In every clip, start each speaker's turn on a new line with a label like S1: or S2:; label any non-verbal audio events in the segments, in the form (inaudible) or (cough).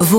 S1: Vous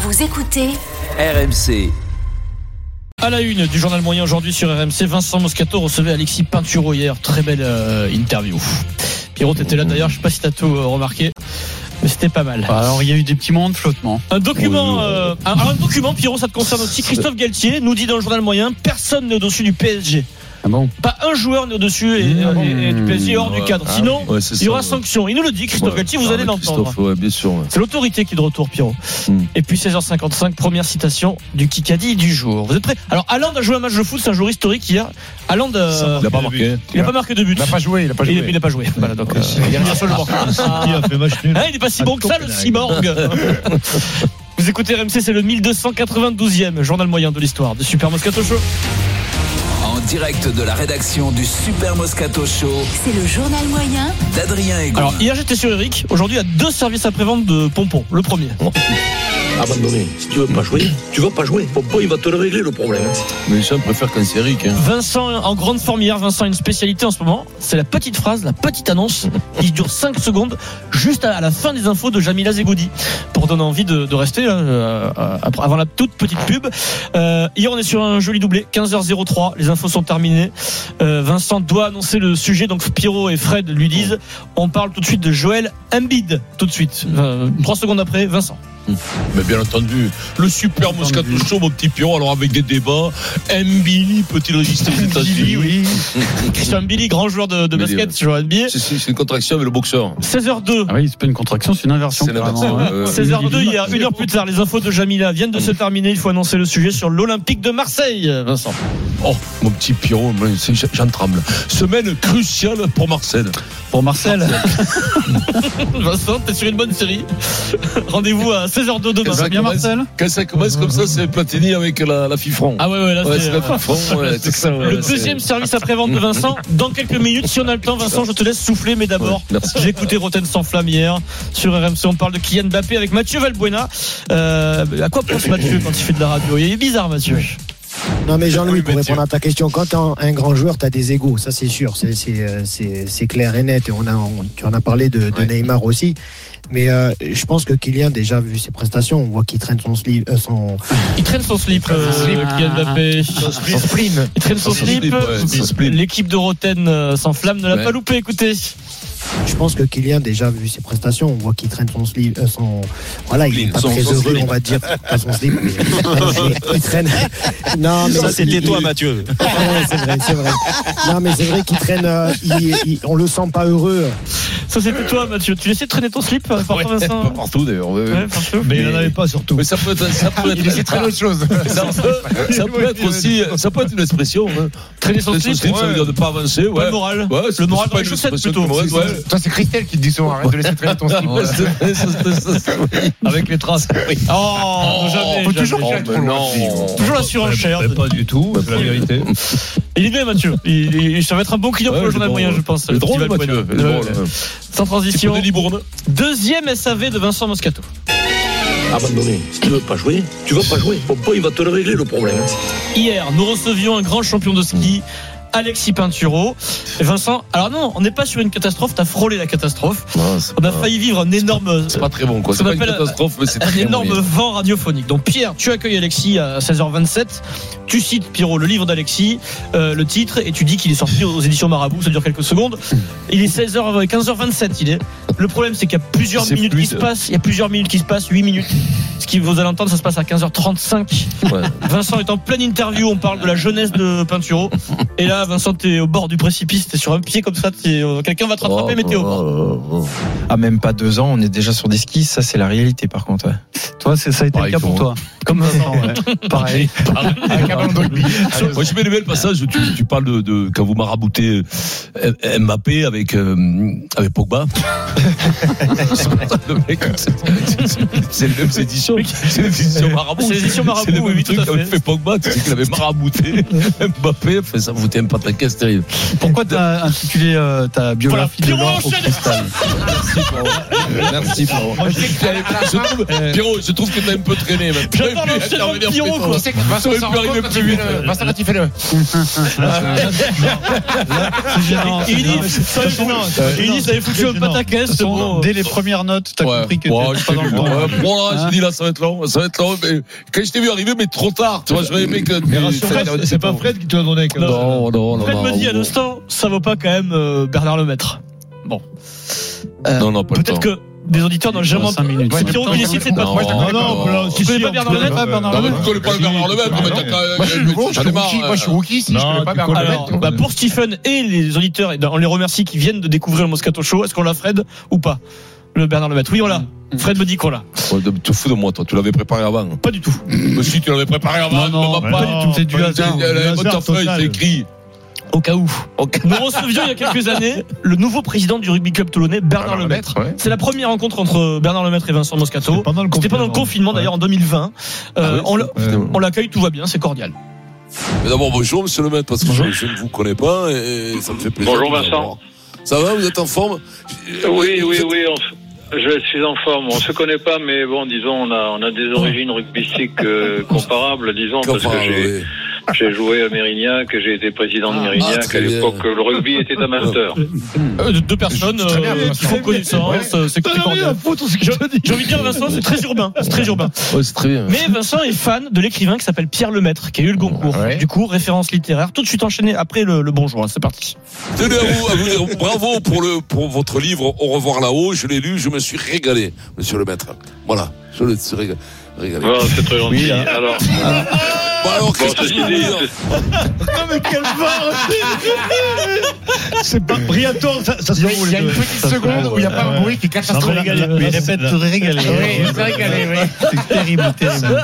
S1: Vous écoutez
S2: RMC.
S3: À la une du journal moyen aujourd'hui sur RMC, Vincent Moscato recevait Alexis Pinturo hier. Très belle euh, interview. Pierrot, t'étais là d'ailleurs, je sais pas si t'as tout euh, remarqué, mais c'était pas mal.
S4: Ah, Alors il y a eu des petits moments de flottement.
S3: Un document, euh, un, un document, Pierrot, ça te concerne aussi. Christophe Galtier nous dit dans le journal moyen, personne n'est au-dessus du PSG.
S4: Ah bon
S3: Pas un joueur n'est au-dessus et, et- et du PSG
S5: Mmh,
S3: hors du
S5: Ah
S3: cadre. Sinon, il y aura sanction. Il nous le dit, Christophe Galtier, vous allez l'entendre. Euh,
S6: bien sûr. ouais.
S3: C'est l'autorité qui est de retour, Pierrot.
S6: Hmm.
S3: Et puis 16h55, première citation du Kikadi du jour. Vous êtes prêts Alors, Haaland a joué un match de foot, c'est un jour historique hier. Haaland, euh,
S6: Il n'a pas marqué.
S3: il n'a pas marqué de but.
S7: Il n'a pas joué, il n'a pas
S3: Il
S7: joué. Ah.
S3: il n'a pas joué. Voilà, donc, euh, il y a rien sur le
S7: (laughs)
S3: banc.
S7: a fait match nul.
S3: Hein, il n'est pas si bon que ça, le cyborg.
S7: (laughs)
S3: Vous écoutez RMC, c'est le 1292e journal moyen de l'histoire de Super Moscato Show.
S2: En direct de la rédaction du Super Moscato Show
S1: C'est le journal moyen
S2: d'Adrien Egoin.
S3: Alors, hier, j'étais sur Eric. Aujourd'hui, il y a deux services après-vente de Pompon. Le premier.
S8: abandonné. Si tu veux pas jouer, tu vas pas jouer. Popo, il va te le régler le problème.
S6: Mais ça, on préfère quand c'est Eric. Hein.
S3: Vincent, en grande forme hier, Vincent a une spécialité en ce moment. C'est la petite phrase, la petite annonce qui dure 5 secondes, juste à la fin des infos de Jamila Zegoudi, pour donner envie de, de rester hein, euh, euh, après- avant la toute petite pub. Euh, hier, on est sur un joli doublé, 15h03, les infos sont terminées. Euh, Vincent doit annoncer le sujet, donc Pierrot et Fred lui disent on parle tout de suite de Joël Embiid, tout de suite. 3 secondes après, Vincent.
S5: Mais bien entendu, le super Moscato Show, mon petit pion, alors avec des débats, Mbili peut-il résister aux États-Unis (laughs)
S3: Christian Billy, grand joueur de, de
S5: Mais
S3: basket,
S5: dis-
S3: Joël NBA.
S5: C'est- C'est c'est une contraction avec le boxeur.
S3: 16h02,
S4: Ah oui, c'est pas une contraction, c'est une inversion.
S6: C'est l'inversion,
S4: carrément, hein.
S3: euh,
S6: ouais.
S3: 16h02 hier, une heure plus tard, les infos de Jamila viennent de se terminer. Il faut annoncer le sujet sur l'Olympique de Marseille, Vincent.
S5: Oh, mon petit Pierrot, moi, c'est- j'en tremble. Semaine cruciale pour Marcel.
S4: Pour Marcel,
S3: (laughs) Vincent, t'es sur une bonne série. Rendez-vous à 16h02 demain.
S5: Exact.
S4: c'est bien
S5: commence.
S4: Marcel
S5: Quand ça commence comme ça, c'est Platini avec la, la Fifron.
S3: Ah ouais, ouais, là,
S5: ouais,
S3: c'est.
S5: c'est la Fifron. ouais, tout ça, ouais,
S3: Le
S5: c'est-
S3: deuxième service après-vente de Vincent, dans quelques minutes, si on a le temps, Vincent, je te laisse souffler, mais d'abord,
S5: Merci.
S3: j'ai écouté Roten sans flamme hier sur RMC, on parle de Kylian Mbappé avec Mathieu Valbuena. Euh, à quoi pense Mathieu quand il fait de la radio Il est bizarre, Mathieu.
S9: Non mais
S5: Oui,
S9: Jean-Louis, pour
S5: Mathieu.
S9: répondre à ta question, quand t'es un- un grand joueur, t'as des égaux, ça c'est sûr, c'est- c'est euh, c'est- c'est clair et net. Et on a, on- tu en as parlé de, de Neymar aussi, mais euh, je pense que Kylian déjà vu ses prestations, on voit qu'il traîne son slip, euh, son
S3: Il traîne son slip, euh, Kylian Mbappé. Il traîne son
S5: Son
S3: slip.
S5: slip, ouais, son slip.
S3: L'équipe de Roten euh, sans flamme ne l'a
S5: Ouais.
S3: pas loupé, écoutez.
S9: Je pense que Kylian, déjà vu ses prestations, on voit qu'il traîne son slip, euh, son voilà, il
S5: Slim,
S9: est pas
S5: son-
S9: très
S5: son
S9: heureux,
S5: slim.
S9: on va dire, pas son slip, mais il traîne. Non, mais il-
S7: Mathieu.
S9: Ouais, c'est vrai, c'est vrai. Non, mais c'est vrai qu'il traîne. euh, il- il- on le sent pas heureux.
S3: Ça, c'était toi, Mathieu. Tu laissais traîner ton slip, euh, parfois,
S5: Pas
S3: Vincent
S5: partout d'ailleurs. (laughs) ouais, ouais.
S3: Ouais, partout.
S7: Mais il n'en avait pas surtout.
S5: Mais ça peut être, ça peut être,
S7: Il très autre chose.
S5: (laughs) ça peut, ça peut être aussi, euh, ça peut être une expression. Hein.
S3: Traîner son slip,
S5: ça veut
S3: ouais.
S5: dire ne pas avancer.
S3: Pas
S5: Ouais.
S3: le moral.
S5: Ouais, c'est-
S3: Le moral
S5: c'est
S3: dans les
S5: une
S3: chaussettes,
S5: expression
S3: plutôt.
S5: qui me reste, ouais.
S7: Toi, c'est Christelle qui te dit souvent arrête de laisser traîner ton
S5: (laughs)
S7: slip.
S5: Ouais, c'est- c'est- c'est- c'est-
S7: Avec
S5: (laughs)
S7: les traces.
S3: Oh, jamais,
S7: faut
S3: jamais.
S7: toujours
S5: Oh,
S7: faire
S5: mais non.
S3: Toujours la surenchère.
S7: Pas du tout, c'est la vérité.
S3: Il est bien, Mathieu. Il, il- ça va être un bon client
S5: Ouais,
S3: pour le
S5: c'est
S3: journal
S5: bon,
S3: moyen,
S5: ouais.
S3: je pense.
S5: C'est
S3: le
S5: drôle,
S3: petit Valbuena.
S5: Mathieu. C'est
S3: Ouais,
S5: drôle.
S3: ouais. Sans
S5: Tu
S3: transition.
S5: connais Libourne
S3: Deuxième SAV de Vincent Moscato.
S8: Abandonné. Si tu veux pas jouer, tu vas pas jouer. Popo, il va te le régler le problème.
S3: Hier, nous recevions un grand champion de ski. Alexis Pinturo. Et Vincent, alors non, on n'est pas sur une catastrophe, t'as frôlé la catastrophe.
S5: Non, c'est
S3: On a
S5: pas-
S3: failli vivre un énorme,
S5: C'est pas très bon, quoi.
S3: Ça
S5: C'est pas une
S3: m'appelle un-
S5: catastrophe, mais c'est
S3: un
S5: très
S3: énorme
S5: bon.
S3: vent radiophonique. Donc Pierre, tu accueilles Alexis à 16h27, tu cites Pierrot, le livre d'Alexis, euh, le titre, et tu dis qu'il est sorti aux éditions Marabout, ça dure quelques secondes. Il est euh, 16h, 15h27, il est. Le problème c'est qu'il y a plusieurs
S5: C'est
S3: minutes qui se
S5: fluide.
S3: passent, il y a plusieurs minutes qui se passent, 8 minutes. Ce qui vous allez entendre, ça se passe à 15h35.
S5: Ouais.
S3: Vincent est en pleine interview, on parle de la jeunesse de Pinturo. Et là, Vincent, t'es au bord du précipice, t'es sur un pied comme ça, t'es, euh, quelqu'un va te rattraper, mais t'es au bord. (laughs)
S5: oh, oh, oh.
S4: Ah, même pas deux ans, on est déjà sur des skis, ça c'est la réalité par contre. Toi, c'est- ça a été
S6: Pareil
S4: le cas pour
S6: pour
S4: toi. Comme Vincent, ouais. Pareil.
S7: Avec un ballon de rugby. Allez,
S5: Moi, je mets le même passage où tu, tu parles de, de- quand vous maraboutez euh, M- Mbappé avec, euh, avec Pogba. (laughs) le mec, c'est- c'est- c'est les mêmes éditions. C'est les éditions marabout.
S3: C'est les éditions marabout,
S5: C'est le
S3: oui,
S5: même
S3: tout
S5: truc
S3: à
S5: qu'avait
S3: fait.
S5: fait Pogba. Tu sais qu'il avait
S3: (laughs)
S5: marabouté Mbappé. Enfin, ça foutait un pataquès terrible.
S4: Pourquoi t'as intitulé euh, ta biographie de
S3: Pierrot,
S4: l'or au
S3: enchaîne.
S4: cristal
S6: Merci, Florent.
S7: je sais que t'allais pas Euh.
S5: Je trouve, Pierrot, je trouve que t'as un peu traîné. maintenant. T'aurais
S3: J'adore
S5: pu
S3: l'enchaînement de
S5: intervenir
S3: Pierrot,
S5: plus tôt.
S3: quoi.
S7: Tu sais que Vincent
S5: J'aurais
S7: s'en
S5: pu
S7: rend
S5: arriver
S7: compte quand
S5: plus
S7: tu
S5: vite.
S7: fais le- Vincent, quand il fait le.
S4: C'est gênant, c'est
S3: Il dit,
S4: gênant.
S3: ça va être gênant.
S4: Euh,
S3: Il dit, ça avait foutu un
S4: C'est gênant.
S3: pataquès.
S4: De toute façon,
S3: bon.
S4: Dès les premières notes, t'as
S5: Ouais.
S4: compris que
S5: Ouais,
S4: t'étais
S5: je
S4: pas
S5: t'ai
S4: dans
S5: vu.
S4: le temps.
S5: Ouais, bon,
S7: hein.
S5: là, j'ai dit là, ça va être long, ça va être long. Mais quand je t'ai vu arriver, mais trop tard. Tu vois, j'aurais aimé que.
S7: C'est pas Fred qui te l'a donné. quand même.
S5: Non, non, non.
S3: Fred
S5: non,
S3: me dit à
S5: non.
S3: l'instant, ça vaut pas quand même euh, Bernard Lemaître. Bon. Euh,
S5: Non, non, pas le temps.
S3: Peut-être que des auditeurs n'ont jamais
S4: Cinq
S3: entendu.
S4: minutes.
S3: Si Pierrot qui décide, c'est pas
S5: Non,
S3: Fred.
S5: non, non, non.
S3: Tu connais pas Bernard
S4: connais
S3: Lemaître
S4: pas Bernard
S5: Non, mais
S4: Lemaître
S5: tu connais pas le Bernard Lemaître, mais t'as-
S7: Moi, je suis nouveau, je
S5: j'en
S7: suis
S5: ai marre,
S7: rookie.
S5: euh,
S7: Moi, je suis rookie. Si je
S6: Non,
S7: connais pas
S6: tu
S7: Bernard
S6: connais.
S3: Alors,
S7: Lemaître.
S3: bah, pour Stephen et les auditeurs, et on les remercie qui viennent de découvrir le Moscato Show. Est-ce qu'on l'a Fred ou pas Le Bernard Lemaître. Oui, on l'a.
S5: Mm.
S3: Fred me dit qu'on l'a.
S5: Ouais, Tu te fous de moi, toi. Tu l'avais préparé avant.
S7: Euh.
S3: Pas du tout.
S5: Mais si tu l'avais préparé avant,
S4: Non,
S5: ne
S4: non,
S5: m'a Oh, pas.
S4: c'est du hasard.
S5: Elle
S4: Du
S5: avait ta
S4: hasard
S5: feuille,
S4: total.
S5: c'est écrit.
S3: Au cas où.
S5: Au cas-
S3: Nous recevions il y a
S7: (laughs)
S3: quelques années le nouveau président du rugby club toulonnais, Bernard Lemaître. C'est la première rencontre entre Bernard Lemaître et Vincent Moscato.
S4: pendant le
S3: C'était pendant le confinement d'ailleurs en 2020.
S7: Ah
S3: Euh, on l'a-
S5: Finalement.
S3: on l'accueille, tout va bien, c'est cordial.
S6: Mais D'abord, bonjour, monsieur le maître, parce que je, je ne vous connais pas et ça me fait plaisir.
S10: Bonjour,
S6: de vous
S10: Vincent.
S6: avoir. Ça va, vous êtes en forme
S10: Oui,
S6: Vous
S10: oui,
S6: êtes-
S10: oui. on s- je suis en forme. On se connaît pas, mais bon, disons, on a, on a des origines rugbystiques
S11: (laughs)
S10: euh, comparables, disons, parce que j'ai-
S6: Comparable,
S10: j'ai joué à Mérignac, j'ai été président
S11: Ah,
S10: de Mérignac.
S6: très
S10: à l'époque, le rugby était amateur.
S3: Euh, de- deux personnes
S7: très bien,
S3: euh,
S7: Vincent.
S3: qui font connaissance, euh, c'est c'est cordial. Je- J'ai envie de dire Vincent, c'est très urbain, c'est très
S7: (laughs)
S3: urbain.
S6: oui. Ouais, c'est très bien.
S3: Mais Vincent est fan de l'écrivain qui s'appelle Pierre Lemaître, qui a eu le Goncourt.
S7: Ouais.
S3: Du coup, référence littéraire, tout de suite enchaîné après le, le bonjour. hein, C'est parti.
S6: Tenez à vous, à vous dire bravo pour, le, pour votre livre Au revoir là-haut. Je l'ai lu, je me suis régalé, monsieur le maître. Voilà, je le suis réga- régalé.
S10: Bon, c'est très gentil.
S11: ah,
S10: Alors,
S6: Bon, alors,
S10: bon,
S6: qu'est-ce que je
S10: ceci
S6: peux
S10: dit,
S6: dire
S4: C'est pas Briator, ça se
S7: Il y a une petite seconde où il n'y a pas un bruit qui est catastrophique.
S4: Mais répète, régalé.
S7: Oui, c'est régalé, oui.
S4: C'est terrible, terrible. Le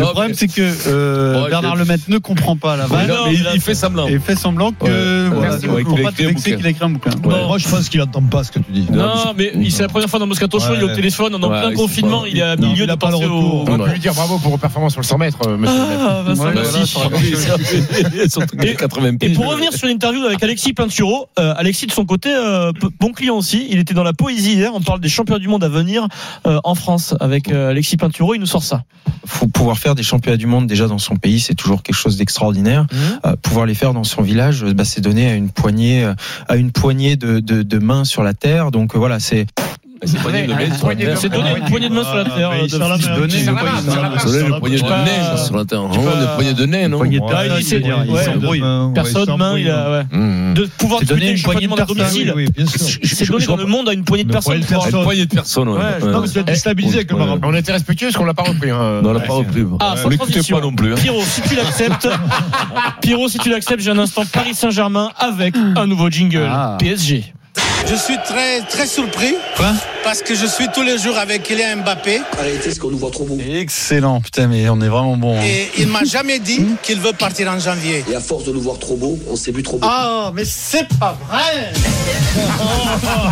S5: Non,
S4: problème,
S5: mais-
S4: c'est que euh,
S5: Ouais,
S4: Bernard
S5: je-
S4: Lemaître ne comprend pas la vanne
S5: Mais non, mais il- il fait semblant.
S4: et fait semblant que.
S5: Ouais.
S4: Voilà,
S5: Merci beaucoup.
S4: pour pas te
S5: Il a écrit un
S4: vexer
S5: bouquin.
S4: qu'il a écrit un bouquin.
S3: Bon.
S7: je pense qu'il n'entend pas ce que tu dis.
S3: Non, mais il- c'est la première fois dans Moscato Show,
S7: Ouais.
S3: il est au téléphone, on est en
S5: Ouais,
S3: plein
S5: c'est
S3: confinement,
S5: pas-
S3: il est à
S4: Non,
S3: milieu
S4: il
S3: de
S4: a pas le
S3: passer au.
S4: retour.
S7: On peut lui dire bravo pour vos performances sur le 100 mètres, euh, monsieur.
S3: Ah, Vincent,
S4: Ouais,
S3: merci.
S4: voilà, ça raconte.
S5: Surtout que 80
S3: Et pour revenir sur l'interview avec Alexis Pinturo, euh, Alexis de son côté, euh, p- bon client aussi, il était dans la poésie hier, on parle des champions du monde à venir euh, en France avec euh, Alexis Pinturo, il nous sort ça.
S11: faut pouvoir faire des championnats du monde déjà dans son pays, c'est toujours quelque chose d'extraordinaire. Euh, pouvoir les faire dans son village, euh, bah, c'est donné à une poignée, euh, à une poignée de, de, de mains sur la terre. Donc euh, voilà, c'est
S5: C'est pas
S7: Ouais,
S5: dit, le
S7: ouais,
S5: maître.
S7: poignée de-
S3: C'est donné une poignée de main sur la terre. euh, de-
S5: Donner
S7: Ça
S5: le
S7: va,
S5: poignet
S7: ça va, ça
S5: de-
S7: va.
S5: le poignet de
S3: Tu
S5: nez,
S3: peux-
S5: sur la terre.
S3: tu peux-
S5: Oh, Le poignet de nez, non
S4: Poignée de
S3: Ah, il
S4: tête,
S3: s'est-
S4: il dire, il
S3: ouais.
S4: s'embrouille.
S3: personne, main, il a. ouais.
S4: Mm,
S5: Mmh.
S3: De pouvoir
S11: C'est
S3: disputer
S11: donner
S3: le
S11: une
S3: championnat
S11: poignée
S3: du
S11: de
S3: monde à domicile.
S11: personnes.
S3: C'est donné dans le monde à une poignée de personnes.
S5: Un poignet de personne, ouais.
S3: Ouais, je- non, mais
S5: Ouais.
S7: déstabilisé
S5: comme
S4: Ah.
S5: un rapport.
S7: On était respectueux parce qu'on l'a pas repris. hein.
S5: Non, on l'a pas repris.
S3: Ah, sans
S5: On l'écoutait
S3: transition.
S5: pas non plus. hein.
S3: Pierrot, si tu l'acceptes, Pierrot, si tu l'acceptes, j'ai un instant Paris Saint-Germain avec un nouveau jingle
S4: Ah.
S3: PSG.
S11: Je suis très très surpris parce que je suis tous les jours avec Kylian Mbappé
S8: En réalité, ce qu'on nous voit trop beaucoup.
S4: Excellent, putain, mais on est vraiment bon. hein.
S11: et il m'a jamais dit
S4: Hmm.
S11: qu'il veut partir en janvier.
S8: Et à force de nous voir trop beaux, on s'est vu trop beaux.
S11: Oh, mais c'est pas vrai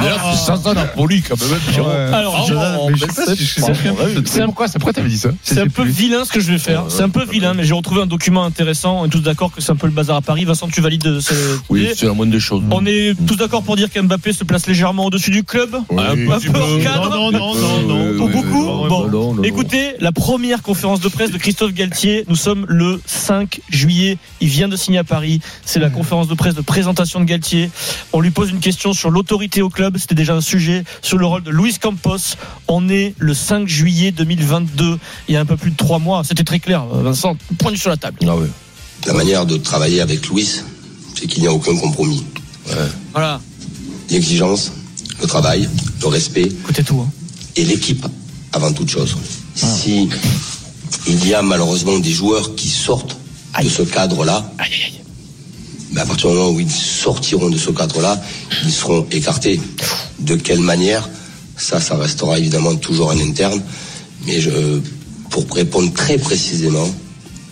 S5: Mais là, ça sonne à poli quand même. Pierrot.
S3: Alors,
S4: Euh, Je-
S5: Oh,
S4: mais je
S5: mais
S4: sais
S5: ça,
S4: pas si je
S5: c'est
S4: sais
S5: pas
S4: plus.
S7: C'est pourquoi, c'est pourquoi t'avais dit ça
S3: c'est un peu
S4: plus. Euh,
S3: vilain ce que je vais faire. C'est un peu vilain, mais j'ai retrouvé un document intéressant. On est tous d'accord que c'est un peu le bazar à Paris. Vincent, tu valides euh, ce.
S5: Oui,
S3: idée
S5: c'est la moindre des choses.
S3: On est tous d'accord pour dire qu'Mbappé se place légèrement au-dessus du club.
S5: Un
S3: Un peu hors cadre.
S5: Euh,
S3: Pour beaucoup. Bon.
S4: Mmh.
S3: Écoutez, la première conférence de presse de Christophe Galtier, nous sommes le 5 juillet, il vient de signer à Paris, c'est
S4: Mmh.
S3: la conférence de presse de présentation de Galtier. On lui pose une question sur l'autorité au club, c'était déjà un sujet, sur le rôle de Luis Campos. On est le 5 juillet 2022, il y a un peu plus de trois mois, c'était très clair, Vincent, pointu sur la table.
S5: Ah ouais.
S8: La manière de travailler avec Louis, c'est qu'il n'y a aucun compromis.
S3: Voilà,
S8: L'exigence, le travail, le respect
S3: écoutez tout. hein.
S8: et l'équipe avant toute chose. Si il y a malheureusement des joueurs qui sortent de ce cadre-là, mais à partir du moment où ils sortiront de ce cadre-là, ils seront écartés. De quelle manière Ça, ça restera évidemment toujours en interne. Mais je, pour répondre très précisément,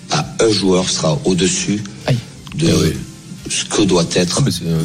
S8: pas un joueur sera au-dessus de ce que doit être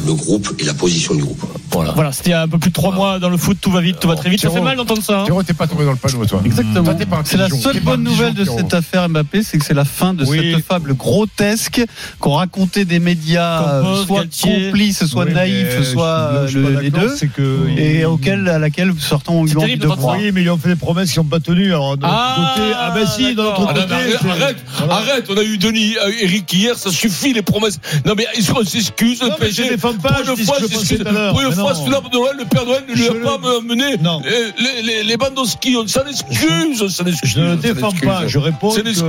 S8: le groupe et la position du groupe.
S3: Voilà, c'était un peu plus de 3 mois dans le foot, tout va vite, tout va très vite. Ça fait
S7: Pierrot,
S3: mal d'entendre ça. hein.
S7: Théo, t'es pas tombé dans le panneau, toi.
S3: Exactement.
S7: Toi, t'es pas un
S4: C'est la
S7: pigeon.
S4: seule
S7: T'es pas un
S4: bonne
S7: pigeon,
S4: nouvelle de
S7: Pierrot.
S4: cette affaire Mbappé, c'est que c'est la fin de
S7: Oui.
S4: cette fable grotesque qu'ont raconté des médias,
S7: Campos,
S4: euh, soit
S7: Galtier.
S4: complices, soit
S7: Oui, mais
S4: naïfs, soit
S7: je suis- je suis
S4: euh,
S7: pas
S4: les
S7: d'accord,
S4: deux,
S7: c'est que-
S4: et auquel, à laquelle certains ont eu envie de croire.
S12: Oui, mais ils ont fait des promesses qui n'ont pas tenu. Alors, de
S4: Ah,
S12: l'autre côté, ah bah si, de l'autre
S5: Ah, non,
S12: côté.
S5: mais arrête,
S12: c'est-
S5: arrête, arrête, on a eu Denis, euh, Eric hier, ça suffit les promesses. Non mais ils- on s'excuse, le
S12: Non, mais je
S5: PSG.
S12: défends pas,
S5: pour
S12: je
S5: une
S12: dis
S5: fois,
S12: ce que je
S5: s'excuse.
S12: pensais tout à l'heure.
S5: Pour une
S12: Mais
S5: fois,
S12: non.
S5: sous l'arbre de Noël, le Père Noël ne lui
S12: Je
S5: a pas mené. Euh, Les, les, les Bandowski, on s'en excuse, on s'en excuse.
S12: Je ne
S5: on s'en
S12: défends
S5: excuse.
S12: pas, je réponds
S5: C'est
S12: que
S5: l'excuse,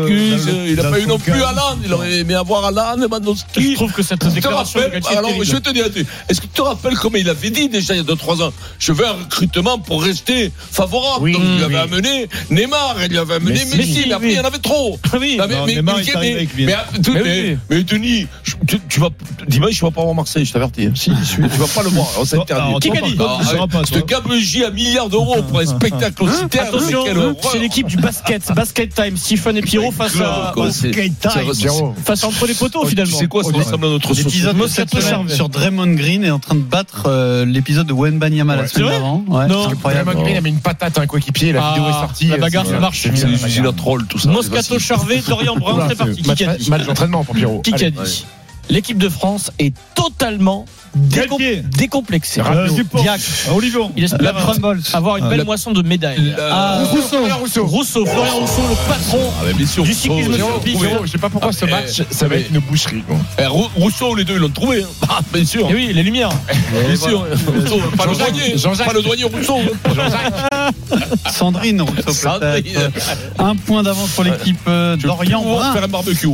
S12: dans le-
S5: il n'a
S12: dans
S5: pas eu
S12: son
S5: non plus
S12: cas-
S5: Alan, il aurait aimé avoir Alan et Bandowski. Je trouve
S3: que cette
S5: déclaration
S3: de Galtier est
S5: Alors,
S3: terrible.
S5: je te dis un truc. Est-ce que tu te rappelles comment il avait dit déjà il y a 2-3 ans Je veux un recrutement pour rester favorable. Donc, il avait amené Neymar, il avait amené
S12: Mais si,
S5: Messi, mais après,
S12: oui.
S5: il y en avait trop.
S3: oui.
S5: Non, mais,
S12: Non,
S5: mais,
S12: Neymar,
S5: mais-
S12: il est arrivé avec lui.
S5: mais- mais-
S12: Mais
S5: mais-
S12: oui.
S5: mais Denis, je- tu, tu vas, dimanche, tu vas pas voir Marseille, je t'avertis. hein. Si, je- tu vas pas le voir. On s'est
S12: Non,
S5: interdit.
S12: alors, qui qu'a dit
S5: Non,
S12: Tu seras
S5: arrête.
S12: pas, Ah,
S5: Je te gabegie à milliards d'euros pour un spectacle aussi
S3: Hein
S5: terre.
S3: Attention,
S12: euh,
S3: c'est l'équipe du basket, basket time, Stephen et Pierrot face à
S5: quoi, c'est-
S3: Basket
S5: ça
S3: Time.
S5: ressemble-
S3: face entre les poteaux finalement.
S5: C'est quoi, ça ressemble à notre sauce
S4: L'épisode de cette
S3: Moscato
S4: semaine
S3: Charvet.
S4: sur Draymond Green est en train de battre euh, l'épisode de Wenbanyama la semaine d'avant. Ouais, c'est incroyable.
S7: Draymond Green a mis une patate à un coéquipier, la
S4: Ah,
S7: vidéo est sortie. euh,
S4: la bagarre,
S7: C'est-
S4: ça marche.
S7: c'est-
S4: C'est
S7: la
S4: des
S7: bagarre.
S4: usines à
S5: trolls, tout ça.
S3: Moscato Charvet, Dorian Brun, c'est parti. Qui a
S7: Match
S3: dit
S7: match d'entraînement pour Pierrot.
S3: Qui a
S7: Allez.
S3: dit L'équipe de France est totalement décom- décomplexée.
S7: Euh, Dupont.
S3: Diac.
S12: Olivon.
S3: Il espère
S7: hein.
S12: Lavrin.
S3: avoir une
S12: Euh,
S3: belle
S12: la-
S3: moisson de médailles.
S12: Euh,
S3: Ah,
S12: Rousseau.
S3: Florian Rousseau. Rousseau, Florian Rousseau, le patron
S5: Ah, mais bien sûr,
S3: du
S5: Rousseau,
S3: cyclisme
S5: Rousseau,
S3: sur piste.
S5: Rousseau,
S7: Je sais pas pourquoi ce
S5: Ah,
S7: match,
S5: eh,
S7: ça va
S5: mais-
S7: être une boucherie. quoi.
S5: Eh, Rou- Rousseau, les deux, ils l'ont trouvé. hein. (laughs) Ah, bien sûr.
S3: Et oui, les lumières.
S5: Bien sûr. Rousseau, pas le
S7: Jean-Jacques.
S5: douanier.
S7: Jean-Jacques.
S5: Pas le douanier Rousseau.
S4: Ah, Sandrine, Rousseau, peut-être.
S5: Sandrine.
S4: Un point d'avance pour l'équipe euh,
S5: Je vais
S4: d'Orient
S5: pouvoir
S4: Brun.
S5: faire un barbecue.